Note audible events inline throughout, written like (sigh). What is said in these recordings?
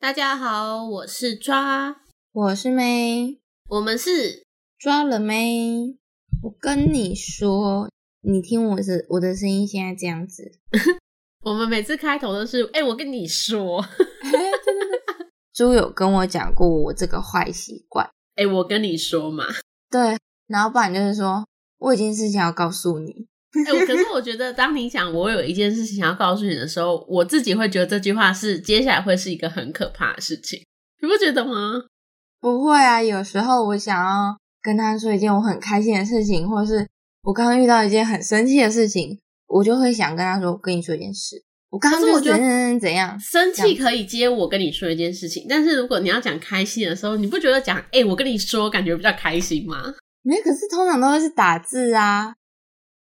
大家好，我是抓，我是妹，我们是抓了没？我跟你说，你听我的我的声音现在这样子，我们每次开头都是，哎、我跟你说，猪有跟我讲过我这个坏习惯， (laughs) 哎、我跟你说 (laughs) 嘛，对，然后不然就是说我有件事情要告诉你，哎、我可是我觉得，当你讲我有一件事情要告诉你的时候，我自己会觉得这句话是接下来会是一个很可怕的事情，你不觉得吗？不会啊，有时候我想要跟他说一件我很开心的事情，或是我刚刚遇到一件很生气的事情，我就会想跟他说，我跟你说一件事，我刚刚可是就我觉怎得怎怎样，生这气样可以接我跟你说一件事情，但是如果你要讲开心的时候，你不觉得讲哎、我跟你说感觉比较开心吗？没有，可是通常都会是打字啊，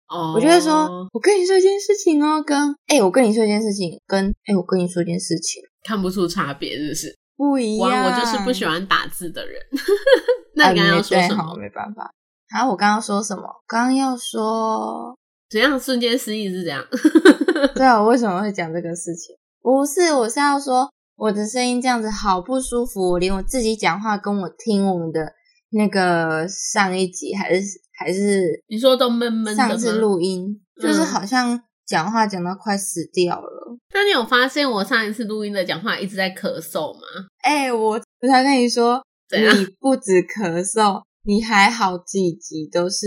哦，我就会说，我跟你说一件事情哦，跟哎、我跟你说一件事情，跟哎、我跟你说一件事情看不出差别，是不是？不一样。哇，我就是不喜欢打字的人。 (laughs) 那你刚刚要说哎什没对么？好没办法。然后我刚刚说什么？刚刚要说，怎样瞬间失忆是这样？ (laughs) 对啊，我为什么会讲这个事情？不是，我是要说我的声音这样子好不舒服，我连我自己讲话跟我听我们的那个上一集还是还是你说都闷闷的吗上次录音，就是嗯好像讲话讲到快死掉了。那你有发现我上一次录音的讲话一直在咳嗽吗？哎、我我才跟你说，怎样 (laughs) 你不止咳嗽，你还好几集都是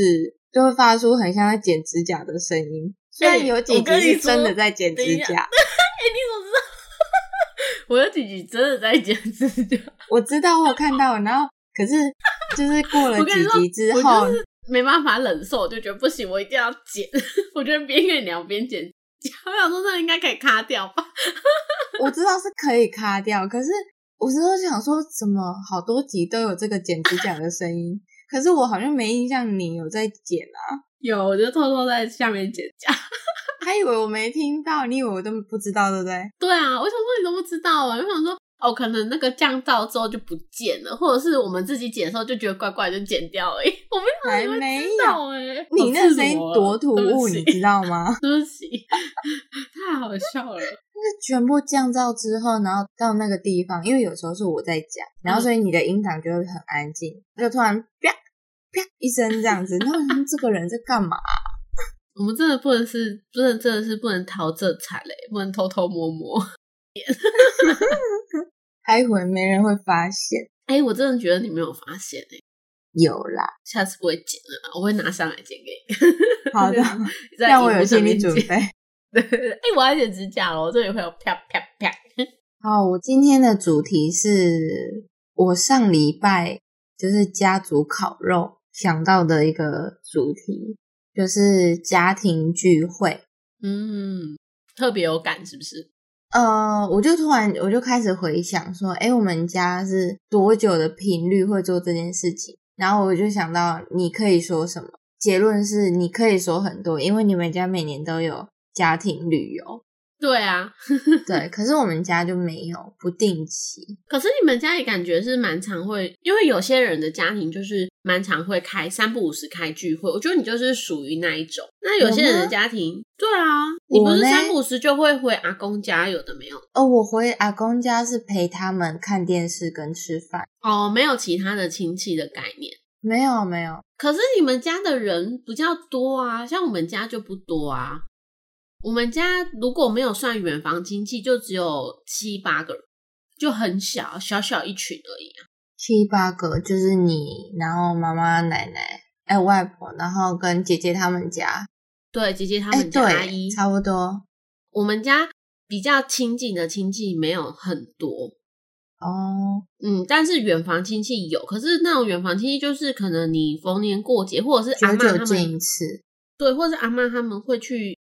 就会发出很像在剪指甲的声音。虽然有几哎我跟集你是真的说在剪等指一下甲，哎、你怎么知道？ (laughs) 我有几集真的在剪指甲，我知道我有看到，然后可是就是过了我跟你几说集之我后，就是没办法忍受，我就觉得不行，我一定要剪。 (laughs) 我觉得边跟你聊边剪指 (laughs) 甲，我想说那应该可以卡掉吧？ (laughs) 我知道是可以卡掉，可是我之后想说，怎么好多集都有这个剪指甲的声音，可是我好像没印象你有在剪啊，有，我就偷偷在下面剪指甲。还以为我没听到，你以为我都不知道，对不对？对啊，我想说你都不知道啊，我想说哦，可能那个降噪之后就不见了，或者是我们自己剪的时候就觉得怪怪就剪掉而已。 (laughs) 我没有还你会没有知道哎、欸，你那好个声音赤裸多突对兀，不你起知道吗？对不起， (laughs) 太好笑了。那全部降噪之后，然后到那个地方，因为有时候是我在讲，嗯然后所以你的音档就会很安静，就突然啪啪一声这样子，那我想说这个人在干嘛？我们真的不能是，真的真的是不能逃这彩嘞，不能偷偷摸摸。还以为没人会发现，哎、我真的觉得你没有发现哎、有 (laughs) 啦，下次不会剪了啦，我会拿上来剪给你。好的 (laughs) 在让我荧幕有上心理面准剪。备。 (laughs) 对 (laughs) 对对，哎、我要剪指甲了，我这里会有啪啪啪。好，我今天的主题是我上礼拜就是家族烤肉想到的一个主题，就是家庭聚会。嗯，特别有感是不是？呃，我就突然我就开始回想说，哎，我们家是多久的频率会做这件事情？然后我就想到，你可以说什么？结论是你可以说很多，因为你们家每年都有家庭旅游，对啊，对。可是我们家就没有，不定期。可是你们家里感觉是蛮常会，因为有些人的家庭就是蛮常会开三不五时开聚会，我觉得你就是属于那一种。那有些人有的吗家庭，对啊，你不我是嘞三不五时就会回阿公家，有的没有哦，我回阿公家是陪他们看电视跟吃饭，哦，没有其他的亲戚的概念。没有没有，可是你们家的人比较多啊，像我们家就不多啊。我们家如果没有算远房亲戚，就只有七八个人，就很小，小小一群而已啊。七八个就是你，然后妈妈、奶奶，哎，外婆，然后跟姐姐他们家，对，姐姐他哎，们家阿对，姨，差不多。我们家比较亲近的亲戚没有很多，哦，嗯，但是远房亲戚有。可是那种远房亲戚就是可能你逢年过节，或者是阿久妈久他见一们，次，对，或者是阿妈他们会去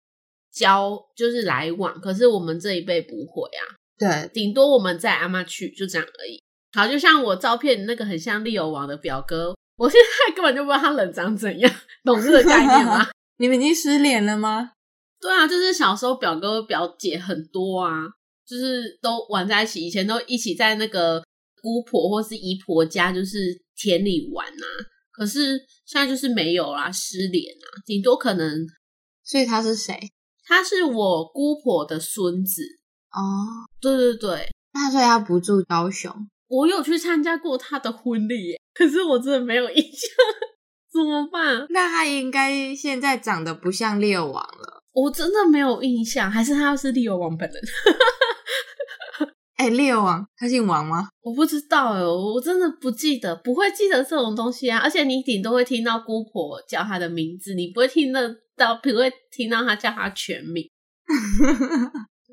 交，就是来往。可是我们这一辈不会啊，对，顶多我们载阿妈去，就这样而已。好，就像我照片那个很像利友王的表哥，我现在根本就不知道他人长怎样，懂这个概念吗？你们已经失联了吗？对啊，就是小时候表哥表姐很多啊，就是都玩在一起，以前都一起在那个姑婆或是姨婆家，就是田里玩啊。可是现在就是没有啦，失联啊，顶多可能所以他是谁？他是我姑婆的孙子。哦，对对对，那所以他不住高雄，我有去参加过他的婚礼耶，可是我真的没有印象， (laughs) 怎么办？那他应该现在长得不像猎王了。我真的没有印象，还是他是利友王本人？哎、猎王，他姓王吗？ (laughs) 我不知道哎，我真的不记得，不会记得这种东西啊。而且你顶多会听到姑婆叫他的名字，你不会听得到，不会听到他叫他全名。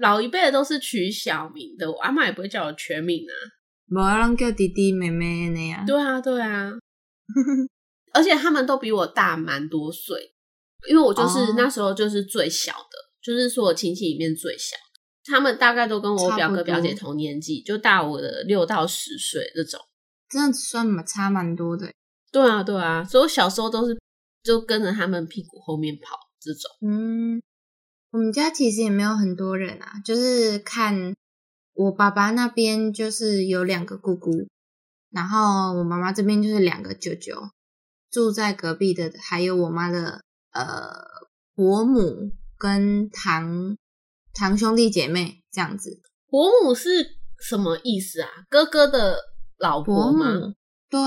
老一辈的都是取小名的，我阿妈也不会叫我全名啊。无人叫弟弟妹妹那样。对啊，对 (laughs) 啊，而且他们都比我大蛮多岁，因为我就是、哦那时候就是最小的，就是说我亲戚里面最小。他们大概都跟我表差不哥多表姐同年纪，就大我的六到十岁这种。真的算蛮差蛮多的。对啊，对啊，所以我小时候都是就跟着他们屁股后面跑这种。嗯，我们家其实也没有很多人啊，就是看我爸爸那边就是有两个姑姑，然后我妈妈这边就是两个舅舅，住在隔壁的还有我妈的呃伯母跟堂堂兄弟姐妹这样子。伯母是什么意思啊？哥哥的老婆伯吗？母对，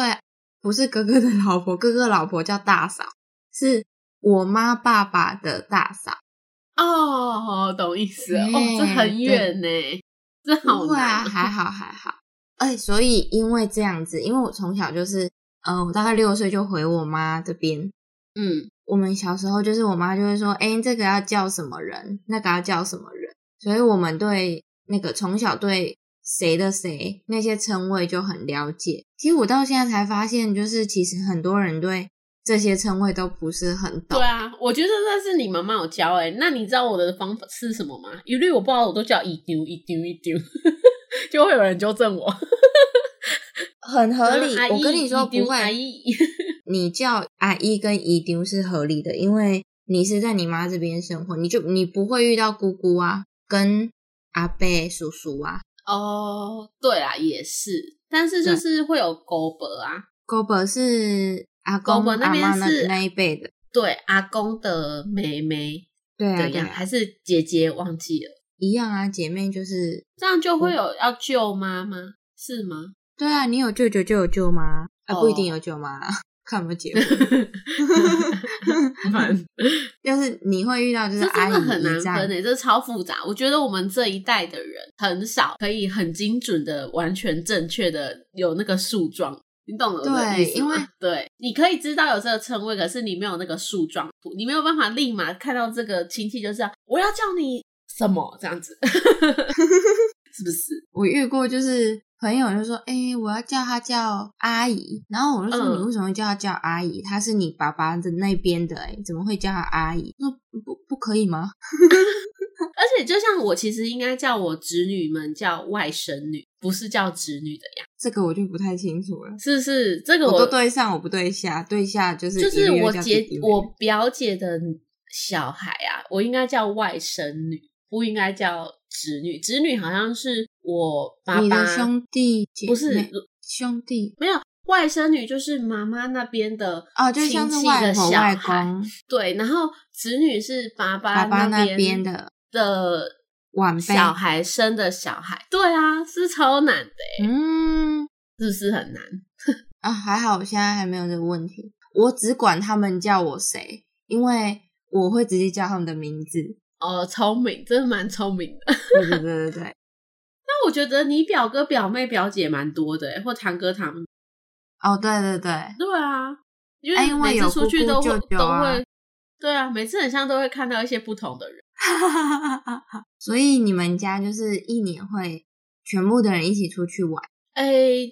不是哥哥的老婆，哥哥老婆叫大嫂，是我妈爸爸的大嫂。哦，懂意思了哦，这哎很远呢，这好不会啊，难。还好还好。哎，所以因为这样子，因为我从小就是，呃，我大概六岁就回我妈这边。嗯，我们小时候就是我妈就会说，哎，这个要叫什么人，那个要叫什么人，所以我们对那个从小对谁的谁那些称谓就很了解。其实我到现在才发现，就是其实很多人对这些称谓都不是很懂对。啊，我觉得那是你妈妈有教哎、那你知道我的方法是什么吗？一律我不知道，我都叫一丢一丢一丢， (laughs) 就会有人纠正我。很合理。阿姨我跟你说，一丢不阿会，姨， (laughs) 你叫阿姨跟姨丢是合理的，因为你是在你妈这边生活，你就你不会遇到姑姑啊，跟阿伯、叔叔啊。哦，对啦，也是，但是就是会有勾伯啊。姑伯是阿姑公、婆那阿边妈那是那一辈的，对阿公的妹妹对啊，怎对样，啊，还是姐姐忘记了，一样啊，姐妹就是这样就嗯会有要救妈吗？是吗？ (laughs) 对啊，你有舅舅就有舅妈，啊，哦不一定有舅妈 (laughs) 啊，看有没有结婚，蛮 (laughs) 就是你会遇到就是这阿真姨的很难姨丈分诶、这超复杂。我觉得我们这一代的人很少可以很精准的、完全正确的有那个树状，你懂我的对意思吗因为 (laughs) 对，你可以知道有这个称谓，可是你没有那个树状图，你没有办法立马看到这个亲戚就是我要叫你什么这 (laughs) 样子， (laughs) 是不是？我遇过，就是朋友就说：“哎、我要叫她叫阿姨。”然后我就说：“嗯你为什么会叫她叫阿姨？她是你爸爸的那边的、哎，怎么会叫她阿姨？”那不不可以吗？而且就像我其实应该叫我侄女们叫外甥女，不是叫侄女的呀，这个我就不太清楚了。是不是？这个我我都对上，我不对下，对下就是就一是律我叫姐弟弟妹妹我表姐的小孩啊，我应该叫外甥女，不应该叫侄女。侄女好像是我爸你爸的兄弟姐妹不是呃兄弟没有外甥女，就是妈妈那边的哦，就亲像戚是的外婆小外孩。公、对，然后侄女是爸爸爸那那边的的晚辈。小孩生的小孩。对啊，是超难的欸、嗯是不是很难？啊，还好我现在还没有这个问题，我只管他们叫我谁，因为我会直接叫他们的名字。哦，聪明，真的蛮聪明的。 (laughs) 对对对对对，那我觉得你表哥、表妹、表姐蛮多的欸、或堂哥、堂妹哦对对对，对啊，因哎为因为每有次出姑去姑都会、舅舅啊都会，对啊，每次很像都会看到一些不同的人。所以你们家就是一年会全部的人一起出去玩，哎、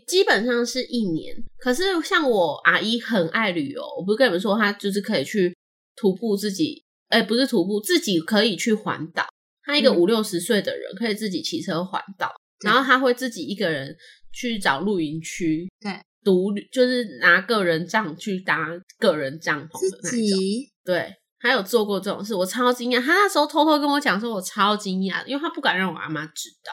基本上是一年。可是像我阿姨很爱旅游，我不是跟你们说，她就是可以去徒步自己，哎、不是徒步，自己可以去环岛。她一个嗯五六十岁的人，可以自己骑车环岛，对然后她会自己一个人去找露营区，对，独旅就是拿个人帐去搭个人帐篷的那自一种。己对，他有做过这种事，我超惊讶。他那时候偷偷跟我讲说，我超惊讶，因为他不敢让我阿妈知道。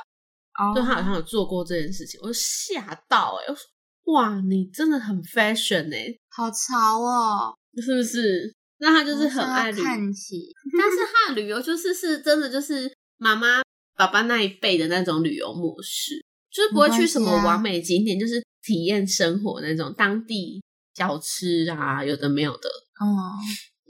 哦就他好像有做过这件事情，我就吓到哎、欸，我说哇，你真的很 fashion 哎、好潮哦，是不是？那他就是很爱我旅哦是要 (laughs) 看起，但是他的旅游就是是真的就是妈妈爸爸那一辈的那种旅游模式，就是不会去什么没关系啊完美景点，就是体验生活那种当地小吃啊，有的没有的。哦，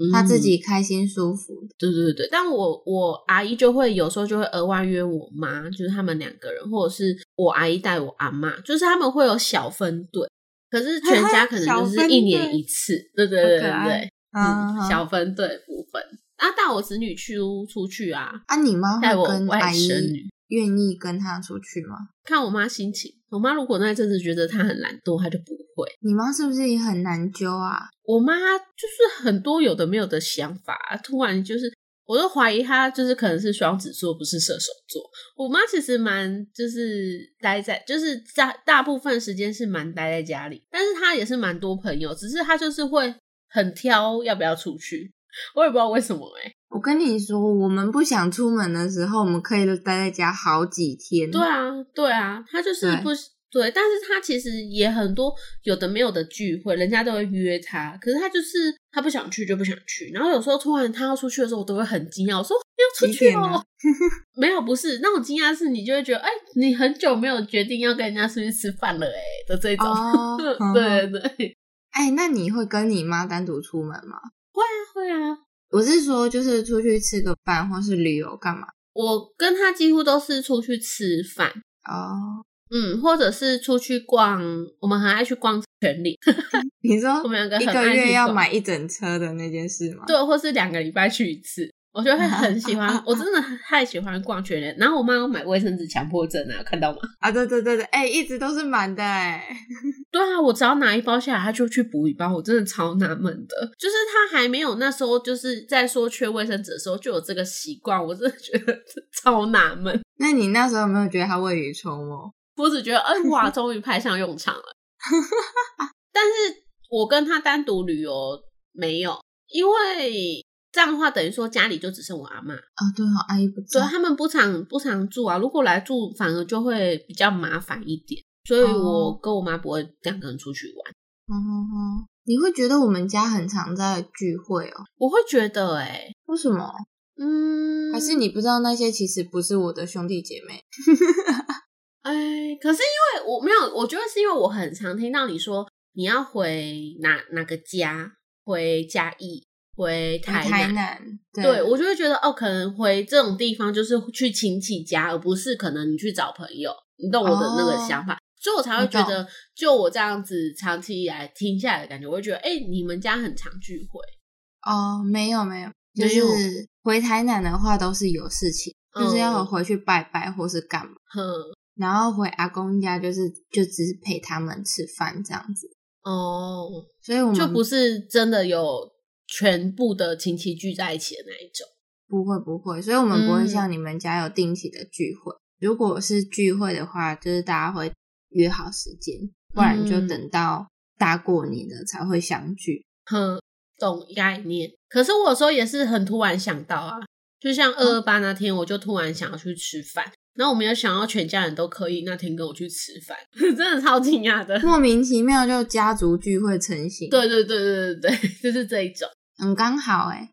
嗯他自己开心舒服的，对对对，但我我阿姨就会有时候就会额外约我妈，就是他们两个人，或者是我阿姨带我阿妈，就是他们会有小分队，可是全家可能就小是分一队年一次，对对对对好可对爱，嗯，啊小分队部分。啊，带我子女去出去啊，啊，你妈带会我跟外阿甥欸姨女，愿意跟他出去吗？看我妈心情。我妈如果那一阵子觉得她很懒惰，她就不会。你妈是不是也很难揪啊？我妈就是很多有的没有的想法，啊突然就是，我都怀疑她就是可能是双子座，不是射手座。我妈其实蛮就是待在，就是大大部分时间是蛮待在家里，但是她也是蛮多朋友，只是她就是会很挑要不要出去，我也不知道为什么哎、我跟你说，我们不想出门的时候，我们可以待在家好几天。对啊，对啊，他就是对不对，但是他其实也很多有的没有的聚会，人家都会约他，可是他就是他不想去就不想去，然后有时候突然他要出去的时候，我都会很惊讶，我说要出几去点哦， (laughs) 啊没有，不是那种惊讶，是你就会觉得哎、你很久没有决定要跟人家出去吃饭了哎、的这种，，哦 (laughs) 对对对， (laughs) 哎、那你会跟你妈单独出门吗？会啊。我是说，就是出去吃个饭，或是旅游干嘛？我跟他几乎都是出去吃饭，哦，嗯，或者是出去逛，我们很爱去逛全里，你说我们两个一很个爱月去要逛买一整车的那件事吗？对，或是两个礼拜去一次，我就会很喜欢，我真的太喜欢逛全联。然后我妈有买卫生纸强迫症啊，有看到吗？啊，对对对对，哎、一直都是满的哎、 (laughs) 对啊，我只要拿一包下来，她就去补一包，我真的超纳闷的。就是她还没有那时候就是在说缺卫生纸的时候就有这个习惯，我真的觉得 (laughs) 超纳闷。那你那时候有没有觉得它未雨绸缪？我只觉得，哎、 (laughs) 哇，终于派上用场了。但是我跟她单独旅游没有，因为这样的话等于说家里就只剩我阿妈。啊、对哦，阿姨不所在以。他们不常不常住啊，如果来住反而就会比较麻烦一点，所以我哦跟我妈不会两个人出去玩。哦哦哦你会觉得我们家很常在聚会哦？我会觉得、欸，为什么？嗯，还是你不知道那些其实不是我的兄弟姐妹？哎、可是因为我没有，我觉得是因为我很常听到你说你要回哪哪个家，回嘉义，回台台南，对对我就会觉得哦，可能回这种地方就是去亲戚家，而不是可能你去找朋友，你懂我的那个哦想法，所以我才会我觉得，就我这样子长期以来听下来的感觉，我会觉得，哎、你们家很常聚会，哦，没有没有，就没有是回台南的话都是有事情，就是要嗯回去拜拜或是干嘛，哼，然后回阿公家就是就只是陪他们吃饭这样子，哦，所以我们就不是真的有全部的亲戚聚在一起的那一种，不会不会，所以我们不会嗯像你们家有定期的聚会。如果是聚会的话，就是大家会约好时间，不然就嗯等到大过年的才会相聚。哼，懂概念。可是我有时候也是很突然想到啊，就像二二八那天，我就突然想要去吃饭。然后我没有想到全家人都可以那天跟我去吃饭， (laughs) 真的超惊讶的。 (laughs) 莫名其妙就家族聚会成型，对对对对对 (laughs) 对，就是这一种。很刚好哎、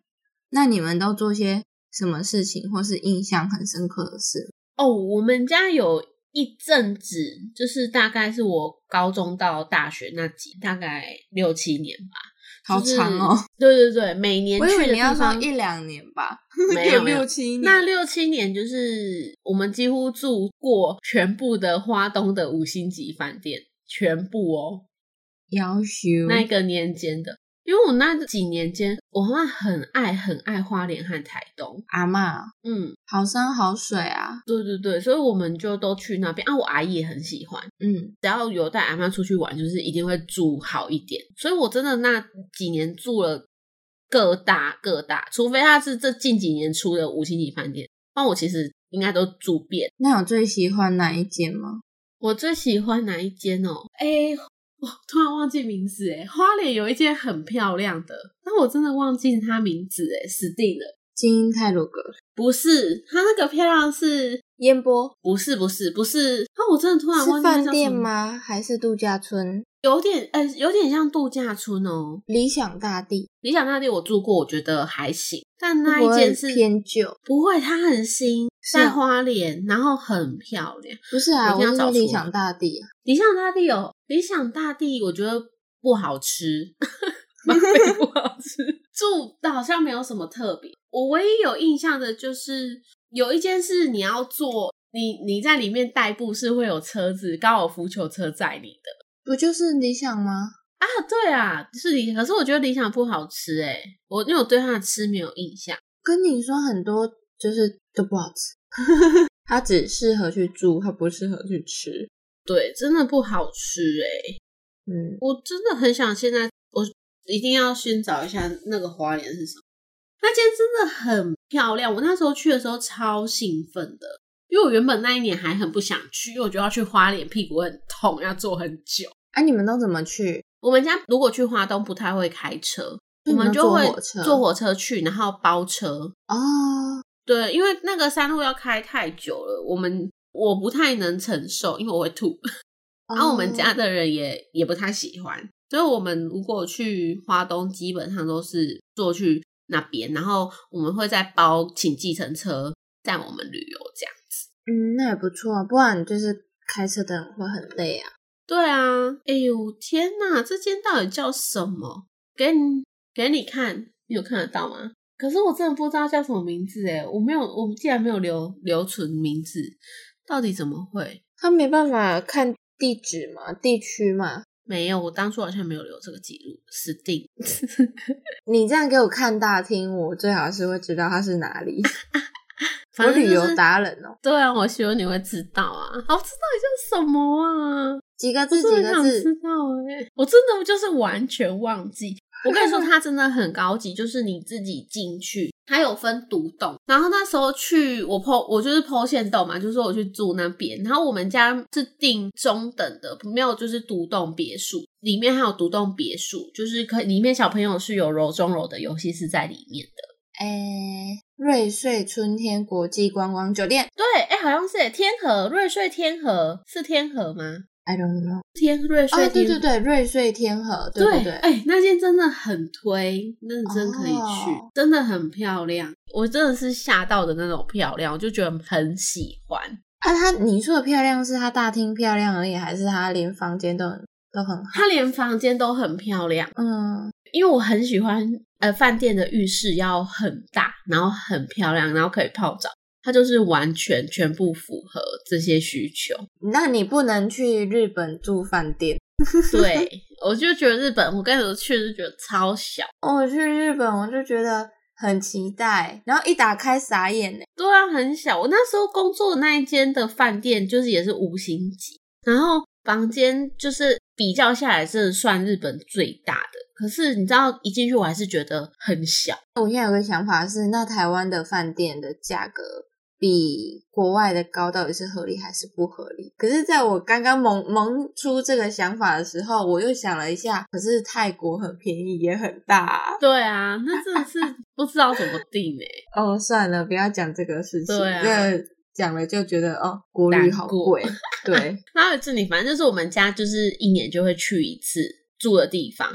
那你们都做些什么事情，或是印象很深刻的事？哦，我们家有一阵子，就是大概是我高中到大学那几，大概六七年吧，好就是长哦。对对对，每年我以去为的你要地说方一两年吧， (laughs) 没有也没有六七年。那六七年就是我们几乎住过全部的花东的五星级饭店，全部哦，要求那个年间的。因为我那几年间，我妈很爱很爱花莲和台东，阿嬷嗯，好山好水啊，对对对，所以我们就都去那边啊。我阿姨也很喜欢，嗯，只要有带阿妈出去玩，就是一定会住好一点。所以我真的那几年住了各大各大，除非他是这近几年出的五星级饭店，那我其实应该都住遍。那有最喜欢哪一间吗？我最喜欢哪一间哦？哎、我突然忘记名字哎。花莲有一间很漂亮的，但我真的忘记它名字哎，死定了。精英泰鲁阁不是，它那个漂亮是烟波不是不是不是，啊，我真的突然忘是记它饭叫店什么？吗？还是度假村？有点呃，有点像度假村哦。理想大地理想大地我住过，我觉得还行，但会那不一会间是偏旧，不会，它很新，是在啊花莲，然后很漂亮。不是啊？我我一定要是找说出来理想大地啊，理想大地有理想大地，我觉得不好吃， (laughs) 马菲不好吃，住的好像没有什么特别。我唯一有印象的就是有一间是你要坐，你你在里面代步是会有车子高尔夫球车载你的不就是理想吗？啊，对啊，是理想。可是我觉得理想不好吃诶、我因为我对它的吃没有印象。跟你说很多就是都不好 (laughs) 吃，它只适合去住，它不适合去吃。对，真的不好吃欸诶、嗯，我真的很想现在，我一定要先找一下那个花莲是什么。那间真的很漂亮，我那时候去的时候超兴奋的，因为我原本那一年还很不想去，因为我觉得要去花莲屁股会很痛，要坐很久。啊，你们都怎么去？我们家如果去花东不太会开车，我你们就坐会火车坐火车去，然后包车。哦，对，因为那个山路要开太久了，我们我不太能承受，因为我会吐。然啊然后我们家的人也也不太喜欢，所以我们如果去花东，基本上都是坐去那边，然后我们会再包请计程车带我们旅游这样。嗯，那也不错啊，不然就是开车的人会很累啊。对啊，哎呦天哪，这间到底叫什么？给你给你看，你有看得到吗？可是我真的不知道叫什么名字哎，我没有，我们竟然没有留留存名字，到底怎么会？他没办法看地址嘛，地区嘛。没有，我当初好像没有留这个记录，死定。 (laughs) 你这样给我看大厅，我最好是会知道它是哪里。 (laughs) 反正我旅就游是达人哦，对啊，我希望你会知道啊！好，这到底叫什么啊？几个我字真几的个想知字，道哎、我真的就是完全忘记。我跟你说，它真的很高级，就是你自己进去，它有分独栋。然后那时候去我剖，我就是剖线洞嘛，就是说我去住那边。然后我们家是订中等的，没有就是独栋别墅，里面还有独栋别墅，就是可里面小朋友是有柔中柔的游戏室在里面的。哎、瑞穗春天国际观光酒店对，哎、好像是、欸、天河瑞穗天河是天河吗？ ，I don't know。天瑞穗哦，对天对对，瑞穗天河，对对对对，哎、那间真的很推，认真可以去，哦真的很漂亮。我真的是吓到的那种漂亮，我就觉得很喜欢。啊，它你说的漂亮是它大厅漂亮而已，还是它连房间都很都很好？它连房间都很漂亮，嗯，因为我很喜欢呃饭店的浴室要很大，然后很漂亮，然后可以泡澡。它就是完全全部符合这些需 (laughs) 求，那你不能去日本住饭店。对我就觉得日本，我跟你说去是觉得超小，哦我去日本，我就觉得很期待，然后一打开傻眼呢。对啊，很小。我那时候工作的那一间的饭店，就是也是五星级，然后房间就是比较下来，真的算日本最大的。可是你知道，一进去我还是觉得很小。我现在有个想法是，那台湾的饭店的价格比国外的高，到底是合理还是不合理？可是，在我刚刚萌萌出这个想法的时候，我又想了一下，可是泰国很便宜，也很大啊、对啊，那真的是不知道怎么定哎、哦，算了，不要讲这个事情，对啊这个讲了就觉得哦，国旅难好过贵，对。那有一次你反正就是我们家就是一年就会去一次住的地方，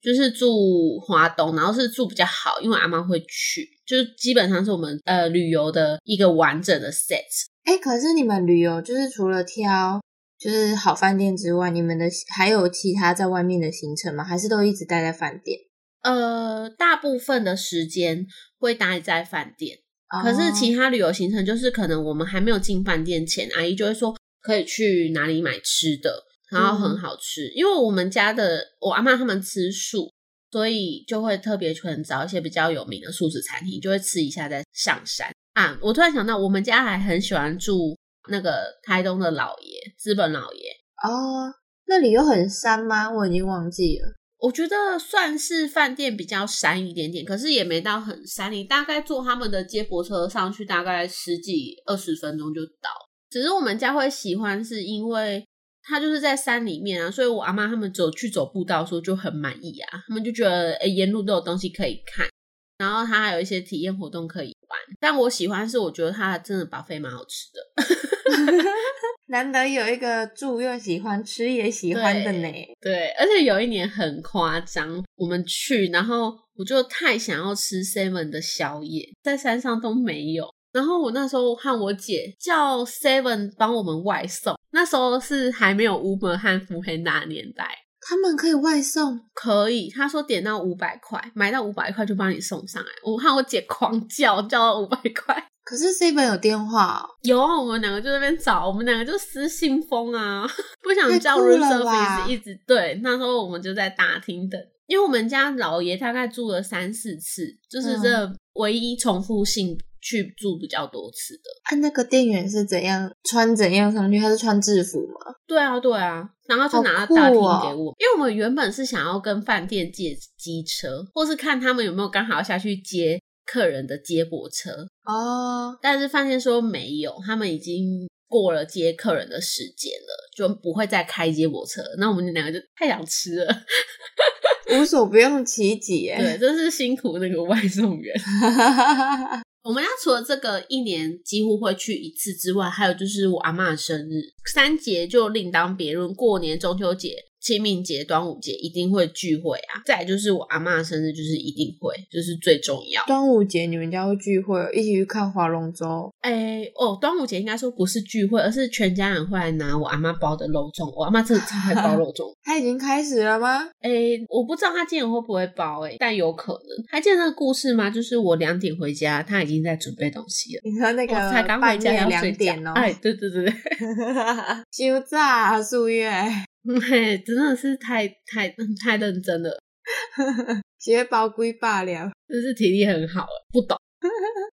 就是住华东，然后是住比较好，因为阿妈会去，就是基本上是我们呃旅游的一个完整的 set。哎、可是你们旅游就是除了挑就是好饭店之外，你们的还有其他在外面的行程吗？还是都一直待在饭店？呃，大部分的时间会待在饭店，可是其他旅游行程就是可能我们还没有进饭店前，阿姨就会说可以去哪里买吃的，然后很嗯好吃。因为我们家的我阿妈他们吃素，所以就会特别可能找一些比较有名的素食餐厅，就会吃一下再上山啊。我突然想到，我们家还很喜欢住那个台东的老爷，资本老爷。哦哦，那里有很山吗？我已经忘记了。我觉得算是饭店比较山一点点，可是也没到很山。你大概坐他们的接驳车上去，大概十几二十分钟就到。只是我们家会喜欢，是因为它就是在山里面啊，所以我阿妈他们走去走步道的时候就很满意啊，他们就觉得诶、沿路都有东西可以看。然后它还有一些体验活动可以玩。但我喜欢是我觉得它真的 buffet 蛮好吃的，难得有一个住又喜欢吃也喜欢的呢。对，而且有一年很夸张，我们去，然后我就太想要吃 Seven 的宵夜，在山上都没有。然后我那时候和我姐叫 Seven 帮我们外送，那时候是还没有 Uber 和 f o o 的年代，他们可以外送，可以，他说点到五百块，买到五百块就帮你送上来。我和我姐狂叫，叫到五百块。可是 seven 有电话、哦，有啊，我们两个就在那边找，我们两个就私信封啊，不想叫太酷 room 了吧 service，一直对。那时候我们就在大厅等，因为我们家老爷大概住了三四次，就是嗯这唯一重复性去住比较多次的。啊，那个店员是怎样穿怎样上去？他是穿制服吗？对啊，对啊，然后就好拿到酷大厅哦给我，因为我们原本是想要跟饭店借机车，或是看他们有没有刚好要下去接客人的接驳车，哦，但是饭店说没有，他们已经过了接客人的时间了，就不会再开接驳车。那我们两个就太想吃了，无所不用其极对，耶！真是辛苦那个外送员。我们家除了这个一年几乎会去一次之外，还有就是我阿嬷的生日，三节就另当别论。过年、中秋节、清明节、端午节一定会聚会啊。再来就是我阿嬷的生日，就是一定会，就是最重要。端午节你们家会聚会哦，一起去看划龙舟，哎、哦，端午节应该说不是聚会，而是全家人会来拿我阿妈包的肉粽。我阿妈真的超 (laughs) 爱包肉粽。他已经开始了吗？ (laughs) 哎、我不知道她今年会不会包、哎，但有可能。还记得那个故事吗？就是我两点回家，她已经在准备东西了。你说那个我才刚回半家夜要两睡觉点哦，哎，对对对对。 (laughs) (laughs) 休假啊，素月，嗯嘿，真的是太太嗯太认真了，学包归罢了。真是体力很好了，不 (laughs) 懂。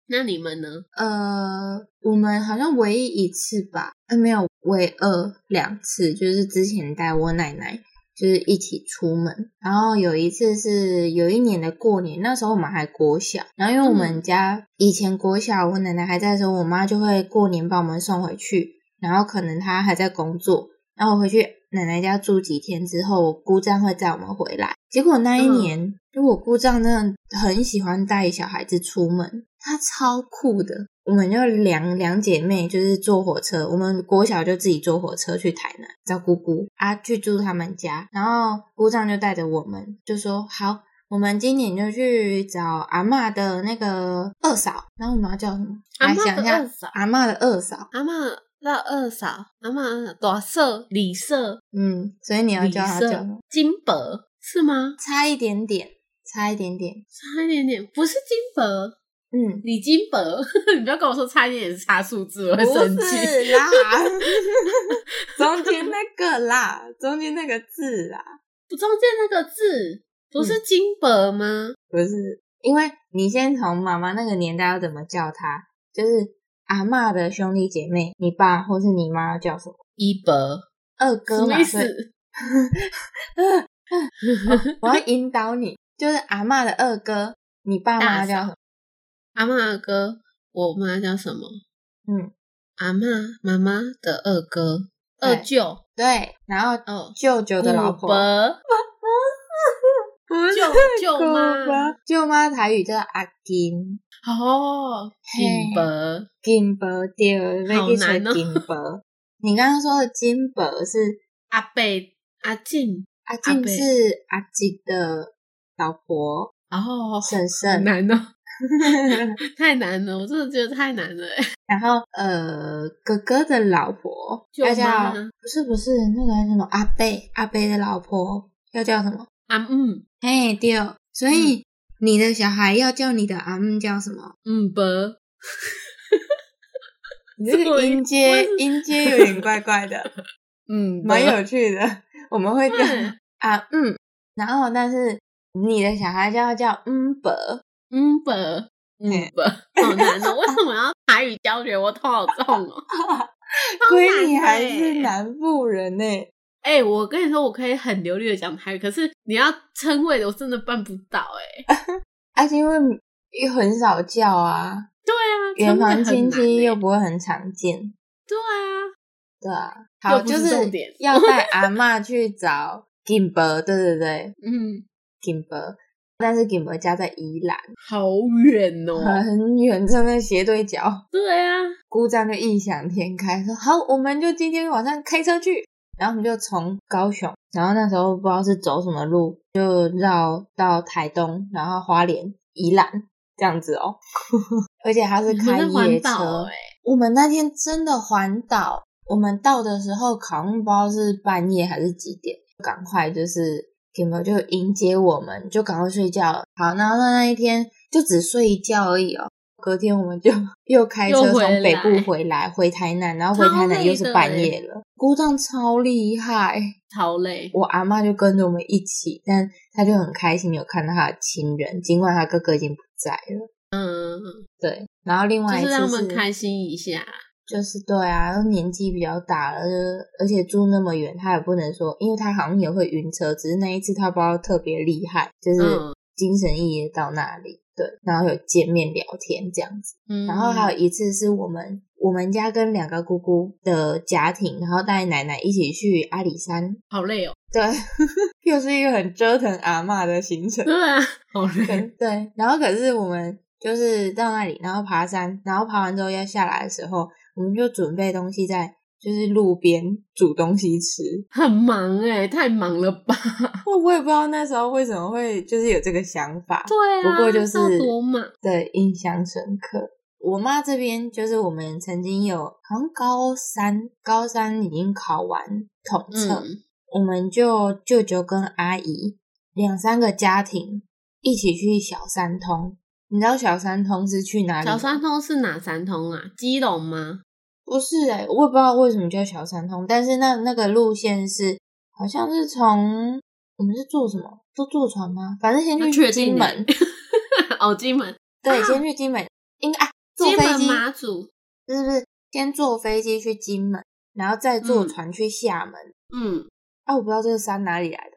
那你们呢？呃，我们好像唯一一次吧，呃，没有，唯二两次，就是之前带我奶奶，就是一起出门，然后有一次是有一年的过年，那时候我们还国小，然后因为我们嗯家以前国小我奶奶还在的时候，我妈就会过年把我们送回去，然后可能她还在工作，然后我回去奶奶家住几天之后，我姑丈会载我们回来。结果那一嗯年，因为我姑丈真的很喜欢带小孩子出门，他超酷的。我们就两两姐妹就是坐火车，我们国小就自己坐火车去台南找姑姑啊，去住他们家。然后姑丈就带着我们，就说好。我们今年就去找阿嬷的那个二嫂，然后我们要叫什么？阿来嬷的想一下二嫂阿嬷的二嫂。阿嬷那二嫂，阿嬷多少李社，嗯，所以你要李叫她叫什社么？金箔是吗？差一点点，差一点点。差一点点，不是金箔，嗯，李金箔。你不要跟我说差一点点是差数字， (laughs) 我会不生气。是啦， (laughs) 中间那个啦，中间那个字啦，中间那个字不是金箔吗？不是，因为你先从妈妈那个年代要怎么叫她，就是阿嬷的兄弟姐妹，你爸或是你妈要叫什么？一箔二什哥么嘛，意所以思？ (laughs) 我要引导你，就是阿嬷的二哥，你爸妈叫什么？阿嬷的哥，我妈叫什么？嗯，阿嬷妈妈的二哥、对二舅，对，然后哦，舅舅的老姑婆，伯不是舅舅姑妈婆，舅妈台语叫阿金。哦，嘿金伯金箔对，要去找难哦金箔。 (laughs) 你刚刚说的金箔是阿贝阿进，阿阿静伯是阿吉的老婆哦，婶好婶，难哦， (laughs) 太难了，我真的觉得太难了。 (laughs) 欸然后呃哥哥的老婆舅要叫妈不是不是那个叫什么阿贝阿贝的老婆要叫什么？阿嗯嘿对，所以、你的小孩要叫你的阿姆叫什么？嗯伯，你这所个以音阶我也是音阶有点怪怪的， (laughs) 嗯伯蛮有趣的。我们会叫嗯啊嗯，然后但是你的小孩就要叫嗯伯，嗯 (laughs) 伯嗯嘿伯，好难哦，为什么要台语教学？我头好重哦。 (laughs) 归难你的还欸是南部人呢、哎、我跟你说，我可以很流利的讲台语，可是你要称谓的，我真的办不到哎、而啊且因为又很少叫啊，对啊，远称房谓很亲难戚欸又不会很常见，对啊，对啊，又好，不就是重是点 (laughs) 要带阿嬷去找金伯，对对对，嗯，金伯。但是 Gimber 家在宜兰，好远哦、 (laughs) 很远，站在斜对角，对啊，姑丈就异想天开，说好，我们就今天晚上开车去。然后我们就从高雄，然后那时候不知道是走什么路，就绕到台东，然后花莲、宜兰这样子哦。 (laughs) 而且它是你们开在夜环车，岛哎、我们那天真的环岛，我们到的时候好像不知道是半夜还是几点，赶快就是 Kimber 就迎接我们，就赶快睡觉了。好，然后那一天就只睡一觉而已哦。 (laughs) 隔天我们就又开车又从回来北部回来，回台南，然后回台超南累又是的半欸夜了，姑丈超厉害。超累，我阿妈就跟着我们一起，但她就很开心有看到她的亲人，尽管她哥哥已经不在了。嗯，对，然后另外一就次是让他们开心一下，就是对啊，年纪比较大了，就是而且住那么远，他也不能说，因为他好像也会晕车，只是那一次他不知道特别厉害，就是嗯精神奕也到那里，对，然后有见面聊天这样子。嗯，然后还有一次是我们我们家跟两个姑姑的家庭，然后带奶奶一起去阿里山，好累哦、对， (laughs) 又是一个很折腾阿嬷的行程。对啊，好可累，对，然后可是我们就是到那里，然后爬山，然后爬完之后要下来的时候，我们就准备东西在就是路边煮东西吃。 (laughs) 很忙哎、太忙了吧？我我也不知道那时候为什么会就是有这个想法，对啊，不过就是要多忙，对，印象深刻。我妈这边就是我们曾经有，好像高三，高三已经考完统测，嗯我们就舅舅跟阿姨两三个家庭一起去小三通。你知道小三通是去哪里吗？小三通是哪三通啊？基隆吗？ (laughs) 不是哎、我也不知道为什么叫小三通，但是那那个路线是好像是从我们是坐什么？坐坐船吗？反正先要去确金定欸 (laughs) 门，哦，金门，对，啊先去金门，应该啊，坐金飞门机马祖，是不是先坐飞机去金门，然后再坐嗯船去厦门？嗯，啊，我不知道这个山哪里来的，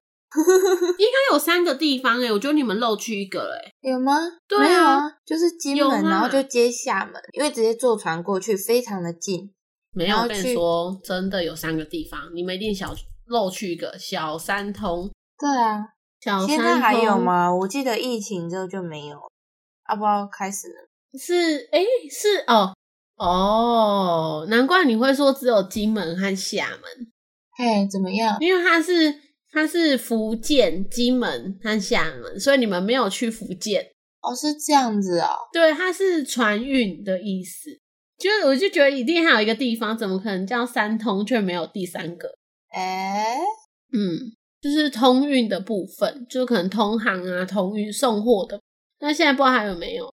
应该有三个地方哎、我觉得你们漏去一个哎、有吗？对没有啊啊，就是金有门，然后啦就接厦门，因为直接坐船过去非常的近。没然有，后我跟去你说，真的有三个地方，你们一定小漏去一个小三通，对啊，小三通现在还有？吗？我记得疫情之后就没有，啊，不知道开始了。是哎、是哦哦，难怪你会说只有金门和厦门，嘿，怎么样？因为它是它是福建金门和厦门，所以你们没有去福建。哦，是这样子哦。对，它是船运的意思。就是我就觉得一定还有一个地方，怎么可能叫三通却没有第三个？哎，嗯，就是通运的部分，就可能通航啊、通运送货的。那现在不知道还有没有？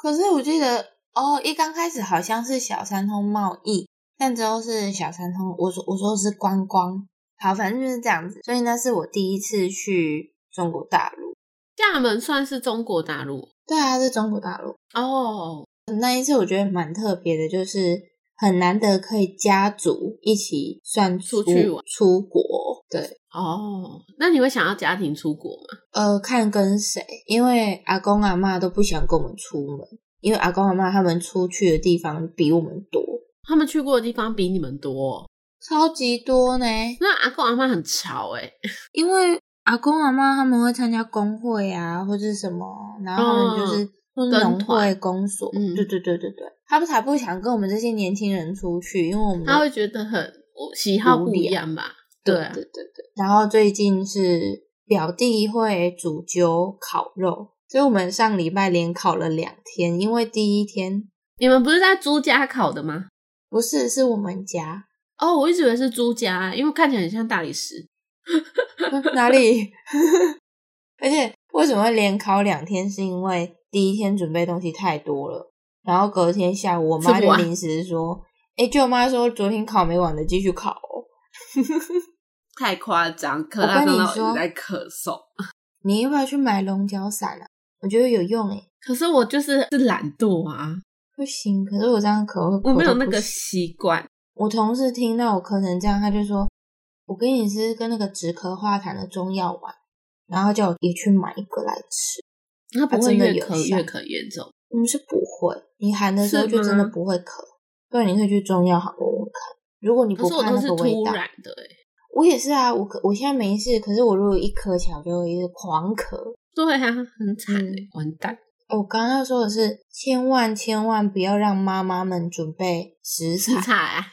可是我记得哦，一刚开始好像是小三通贸易，但之后是小三通，我说我说是观光，好，反正就是这样子。所以那是我第一次去中国大陆，厦门算是中国大陆对啊，是中国大陆。哦，那一次我觉得蛮特别的，就是很难得可以家族一起算出去玩出国，对，哦，那你会想要家庭出国吗？呃，看跟谁，因为阿公阿妈都不想跟我们出门，因为阿公阿妈他们出去的地方比我们多，他们去过的地方比你们多哦、超级多呢。那阿公阿妈很潮哎、因为阿公阿妈他们会参加工会啊，或者什么，然后他们就是就是农嗯跟团会、公所，嗯对对对对对，他们才不想跟我们这些年轻人出去，因为我们他会觉得很我喜好不一样吧？对对啊对对对。然后最近是表弟会煮酒烤肉，所以我们上礼拜连烤了两天，因为第一天你们不是在朱家烤的吗？不是是我们家 (laughs) 哦，我一直以为是朱家，啊因为看起来很像大理石。哪里， (laughs) 而且为什么会连烤两天，是因为第一天准备东西太多了，然后隔天下午我妈吃不就完临时说。哎、舅妈说昨天烤没完的，继续烤哦。太夸张，可我跟拉你刚刚说直在咳嗽。你要不要去买龙角散啊？我觉得有用哎、可是我就是是懒惰啊，不行，可是我这样口我没有那口都不个行习惯。我同事听到我咳成这样，他就说：“我跟你是跟那个止咳化痰的中药丸，然后叫我也去买一个来吃。它不会真的越有咳效越咳严重。”嗯，是不会，你含的时候是就真的吗不会咳。不然你可以去中药行问问看。如果你可不是我怕都那是个味突道，然的、欸，我也是啊，我咳我现在没事，可是我如果一咳起来，我就会一直狂咳。对啊，很惨、欸，嗯完 (laughs) 蛋。我刚刚要说的是，千万千万不要让妈妈们准备食材食，材、啊、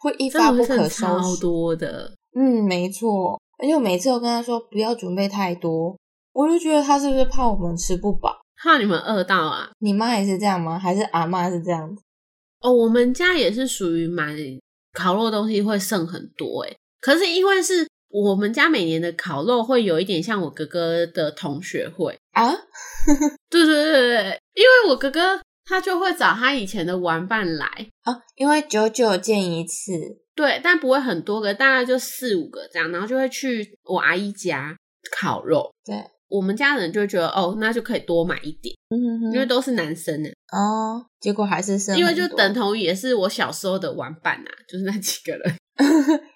会一真发的不会剩可收超拾。多的，嗯，没错。而且我每次都跟他说不要准备太多，我就觉得他是不是怕我们吃不饱？怕你们饿到啊！你妈也是这样吗？还是阿妈是这样子？哦，我们家也是属于买烤肉的东西会剩很多诶、欸可是因为是我们家每年的烤肉会有一点像我哥哥的同学会，啊，对对对对对，因为我哥哥他就会找他以前的玩伴来，啊，因为久久见一次，对，但不会很多个，大概就四五个这样，然后就会去我阿姨家烤肉。对，我们家人就觉得哦，那就可以多买一点，嗯哼哼因为都是男生呢、啊哦，结果还是剩很多，因为就等同于也是我小时候的玩伴啊，就是那几个人。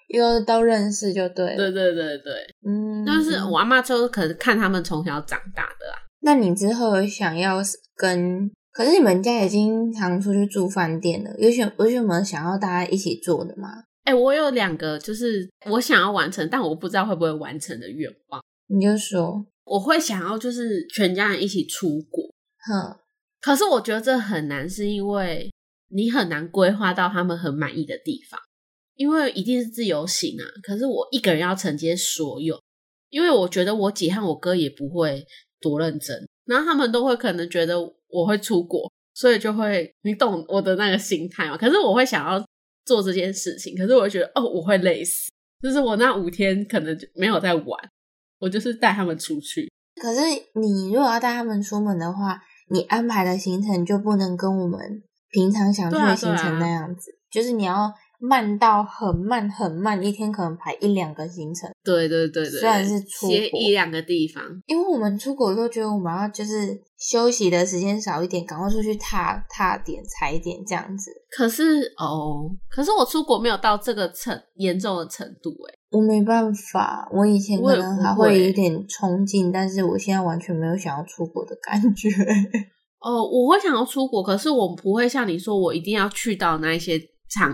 又都认识就对了。对对对对，嗯，但是我阿妈就可能看他们从小长大的啊啦。那你之后想要是跟，可是你们家已经常出去住饭店了，有什有什么想要大家一起做的吗？哎、我有两个就是我想要完成，但我不知道会不会完成的愿望。你就说，我会想要就是全家人一起出国，哼，可是我觉得这很难，是因为你很难规划到他们很满意的地方，因为一定是自由行啊。可是我一个人要承接所有，因为我觉得我姐和我哥也不会多认真，然后他们都会可能觉得我会出国，所以就会你懂我的那个心态嘛。可是我会想要做这件事情，可是我会觉得哦，我会累死，就是我那五天可能就没有在玩，我就是带他们出去。可是你如果要带他们出门的话，你安排的行程就不能跟我们平常想去对的啊行程对啊那样子，就是你要慢到很慢很慢，一天可能排一两个行程。对对对对，虽然是出歇国一两个地方，因为我们出国都觉得我们要就是休息的时间少一点，赶快出去踏踏点踩点这样子。可是哦，可是我出国没有到这个程严重的程度哎、我没办法，我以前我可也能不还会会欸有点冲劲，但是我现在完全没有想要出国的感觉。 (laughs) 哦，我会想要出国，可是我不会像你说，我一定要去到那一些场，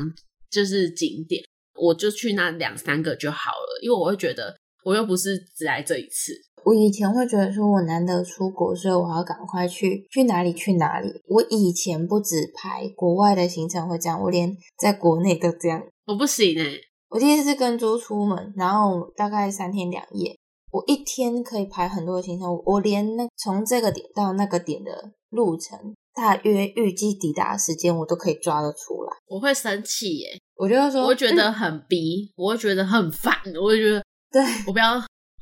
就是景点，我就去那两三个就好了，因为我会觉得我又不是只来这一次。我以前会觉得说我难得出国，所以我要赶快去去哪里去哪里。我以前不止排国外的行程会这样，我连在国内都这样。我不行哎、我第一次跟猪出门，然后大概三天两夜，我一天可以排很多的行程，我连那从这个点到那个点的路程，大约预计抵达时间我都可以抓得出来。我会生气耶、我就会说，我会觉嗯得很逼，我会觉得很烦，我会觉得对，我不要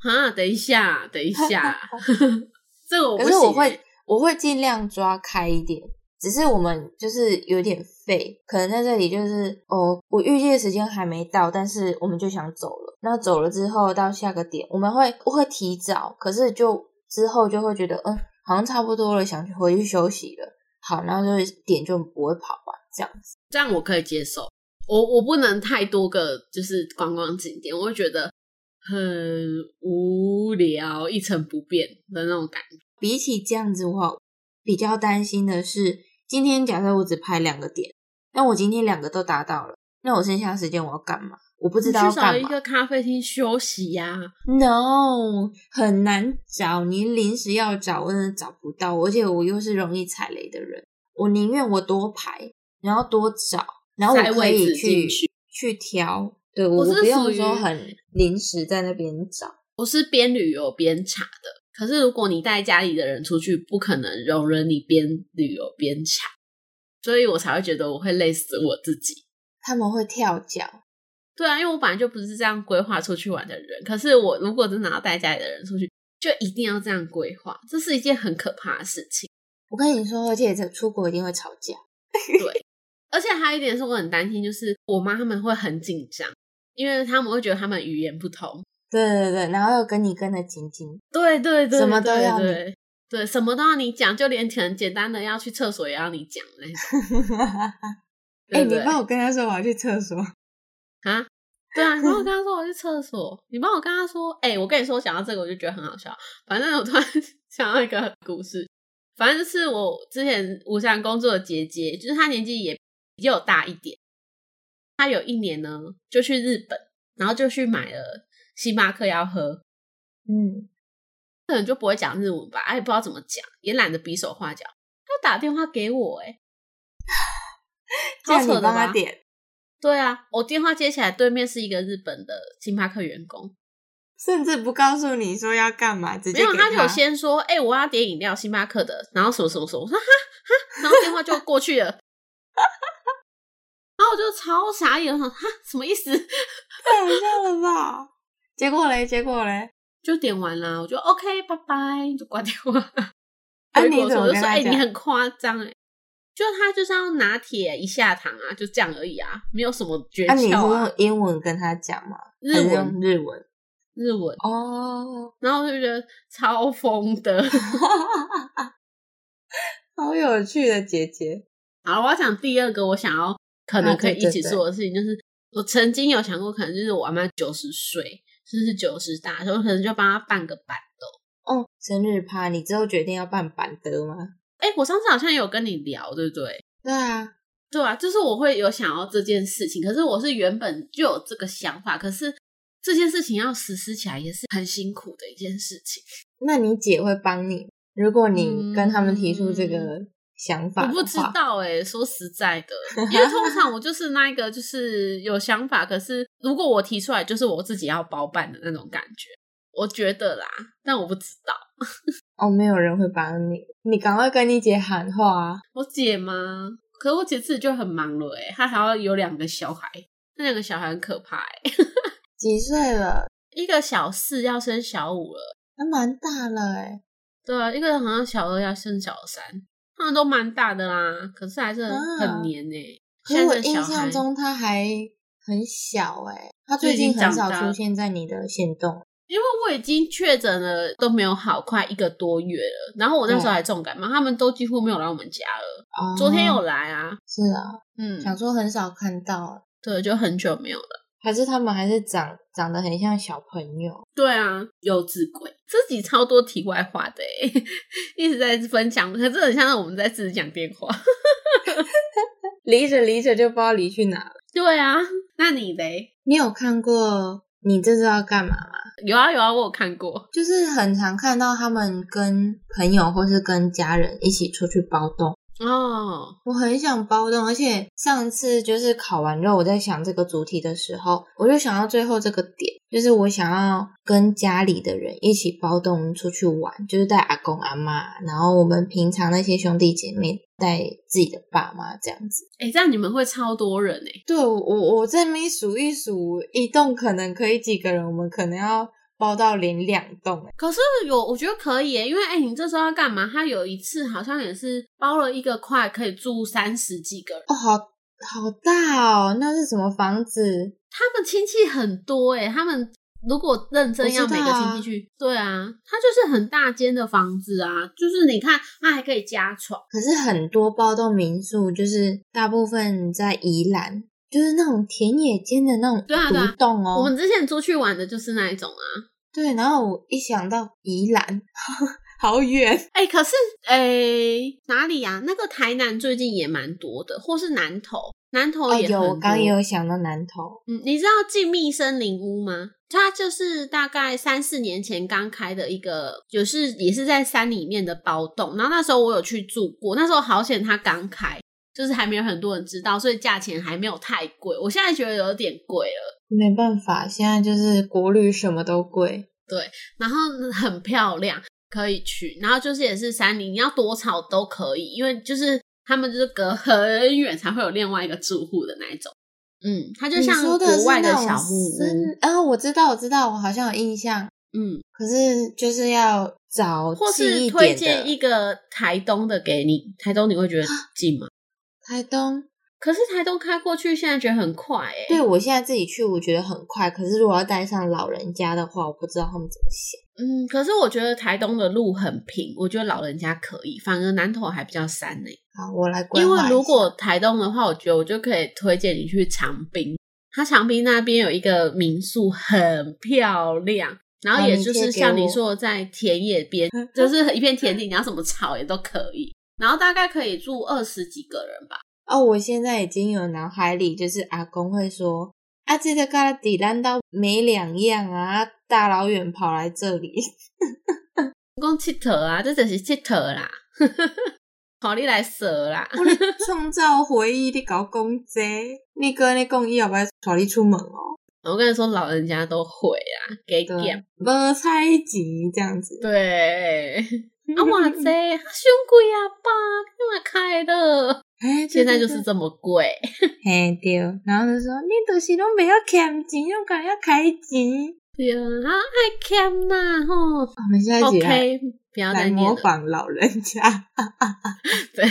啊，等一下，等一下， (laughs) 这个我不可行是欸、我会我会尽量抓开一点，只是我们就是有点废，可能在这里就是哦，我预计的时间还没到，但是我们就想走了。那走了之后到下个点，我们会会提早，可是就之后就会觉得嗯，好像差不多了，想去回去休息了。好，然后就是点就不会跑完这样子。这样我可以接受。我我不能太多个就是观光景点，我会觉得很无聊、一成不变的那种感觉。比起这样子，我比较担心的是，今天假设我只拍两个点，那我今天两个都达到了，那我剩下的时间我要干嘛？我不知道你要去找干一嘛。个咖啡厅休息啊呀、 No，很难找。你临时要找，我真的找不到。而且我又是容易踩雷的人，我宁愿我多排，然后多找，然后我塞可位以置去进去挑。对，我我是不属用于说很临时在那边找。我是边旅游边查的。可是如果你带家里的人出去，不可能容忍你边旅游边查，所以我才会觉得我会累死我自己。他们会跳脚，对啊，因为我本来就不是这样规划出去玩的人，可是我如果真的要带家里的人出去，就一定要这样规划，这是一件很可怕的事情。我跟你说，而且这出国一定会吵架。而且还有一点是我很担心，就是我妈他们会很紧张，因为他们会觉得他们语言不通，对对对，然后又跟你跟的紧紧，对对对，什么都对要你对对，什么都要你讲，就连很简单的要去厕所也要你讲那种。 (laughs) 哎、对不你对帮我跟他说我要去厕所。啊，对啊，你帮我跟他说我去厕所，你帮我跟他说，哎、我跟你说，讲到这个我就觉得很好笑。反正我突然 (laughs) 想到一个故事，反正是我之前武山工作的姐姐，就是她年纪也比较大一点，她有一年呢就 (laughs) 去日本，然后就去买了星巴克要喝，嗯，可能就不会讲日文吧，哎，不知道怎么讲，也懒得比手画脚。他打电话给我、 (laughs) 欸，哎，叫超你扯的帮他吧？点，对啊，我电话接起来，对面是一个日本的星巴克员工，甚至不告诉你说要干嘛，直接没有，给他他就先说，哎、我要点饮料，星巴克的，然后什么什么什么，我说哈哈，然后电话就过去了，然后我就超傻眼，我想哈什么意思？太好笑了吧？ (laughs) 结果嘞，结果嘞，就点完啦，我就 OK，拜拜，就挂电话。 (laughs) 啊回你国的怎时么候就跟说，他哎、讲你很夸张哎，就他就是要拿铁一下堂啊，就这样而已啊，没有什么诀啊，你是窍啊，用英文跟他讲吗？日还是文用日文日文，哦，然后我就觉得超疯的。好有趣的姐姐，好，我要讲第二个，我想要可能可以一起做的事情，就是我曾经有想过，可能就是我阿妈九十岁，甚至九十大的时候，可能就帮她办个板凳。哦，生日趴，你之后决定要办板德吗？哎、我上次好像有跟你聊，对不对？对啊，对啊，就是我会有想要这件事情，可是我是原本就有这个想法，可是这件事情要实施起来也是很辛苦的一件事情。那你姐会帮你，如果你跟他们提出这个想法嗯我的话，不知道哎、说实在的， (laughs) 因为通常我就是那一个，就是有想法，可是如果我提出来，就是我自己要包办的那种感觉。我觉得啦，但我不知道，哦，没有人会帮你，你赶快跟你姐喊话啊！我姐吗？可是我姐自己就很忙了哎、她还要有两个小孩，那两个小孩很可怕哎、几岁了？一个小四要升小五了，还蛮大了哎、对啊，一个好像小二要升小三，他们都蛮大的啦，可是还是很,、啊很黏哎、可是现我在的印小象孩中她还很小哎、她就已最近经很长少大出了现在你的行动。因为我已经确诊了都没有好，快一个多月了。然后我那时候还重感冒，他们都几乎没有来我们家了。哦昨天有来啊，是啊，嗯，想说很少看到，对，就很久没有了。还是他们还是长长得很像小朋友。对啊，幼稚鬼，自己超多题外话的欸、 (laughs) 一直在分享，可是很像是我们在自己讲电话。 (laughs) 离着离着就不知道离去哪了。对啊，那你嘞？你有看过？你这是要干嘛吗？有啊有啊，我有看过。就是很常看到他们跟朋友或是跟家人一起出去包栋。哦，我很想包栋，而且上次就是烤完肉，我在想这个主题的时候，我就想到最后这个点，就是我想要跟家里的人一起包栋出去玩，就是带阿公阿妈，然后我们平常那些兄弟姐妹带自己的爸妈这样子。哎、这样你们会超多人哎、对我我我这边数一数，一栋可能可以几个人，我们可能要包到连两栋、欸，可是有，我觉得可以耶，因为哎、你这时候要干嘛？他有一次好像也是包了一个块，可以住三十几个人。哦，好好大哦，那是什么房子？他们亲戚很多哎，他们如果认真要我知每道个啊亲戚去，对啊，他就是很大间的房子啊，就是你看，他还可以加床，可是很多包栋民宿，就是大部分在宜兰，就是那种田野间的那种对啊对啊独栋哦。我们之前出去玩的就是那一种啊。对，然后我一想到宜兰， (laughs) 好远，哎、可是哎、哪里呀、那个台南最近也蛮多的，或是南投，南投哦，也很有多。我刚也有想到南投，嗯，你知道静谧森林屋吗？它就是大概三四年前刚开的一个，就是也是在山里面的包栋。然后那时候我有去住过，那时候好险它刚开，就是还没有很多人知道，所以价钱还没有太贵。我现在觉得有点贵了。没办法，现在就是国旅什么都贵，然后很漂亮，可以去。然后就是也是山里，你要多吵都可以，因为就是他们就是隔很远才会有另外一个住户的那一种。嗯，它就你像说的国是外的那种小木屋森。啊、我知道，我知道，我好像有印象。嗯，可是就是要找或近是一推点的荐一个台东的给你，台东你会觉得 (gasps) 近吗？台东。可是台东开过去，现在觉得很快哎、对我现在自己去，我觉得很快。可是如果要带上老人家的话，我不知道他们怎么想。嗯，可是我觉得台东的路很平，我觉得老人家可以，反而南投还比较山呢、欸好，我来规因划一为下。如果台东的话，我觉得我就可以推荐你去长滨，它长滨那边有一个民宿很漂亮，然后好也你就贴是给像你我说的在田野 (laughs) 边，就是一片田地，你要什么草也都可以，然后大概可以住二十几个人吧。哦，我现在已经有脑海里就是阿公会说啊，这个跟他抵单刀没两样啊，大老远跑来这里，讲佚佗啊，这就是佚佗啦， (laughs) 好你来说啦，我咧 (laughs) 创造回忆，你搞公仔，你哥你讲伊后摆带你出门哦，我跟你说，老人家都会啦，给对点，无猜忌这样子。 (laughs) 对，啊哇塞，胸贵啊吧，干嘛开的？ (laughs) 哎，对现在对就是对这么贵，嘿对，然后就说你就是拢袂晓欠钱，拢敢要开钱。 (laughs) 对啊，啊爱 cam 呐吼我们现在一起来，OK，不要来再念模了，仿老人家，对，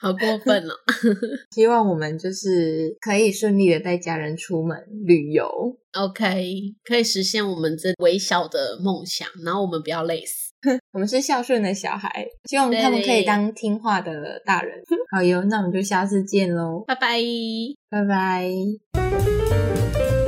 好过分哦， (laughs) 希望我们就是可以顺利的带家人出门旅游。 OK，可以实现我们这微小的梦想，然后我们不要累死。我们是孝顺的小孩，希望对他们可以当听话的大人。 (laughs) 好哟，那我们就下次见喽，拜拜。拜拜。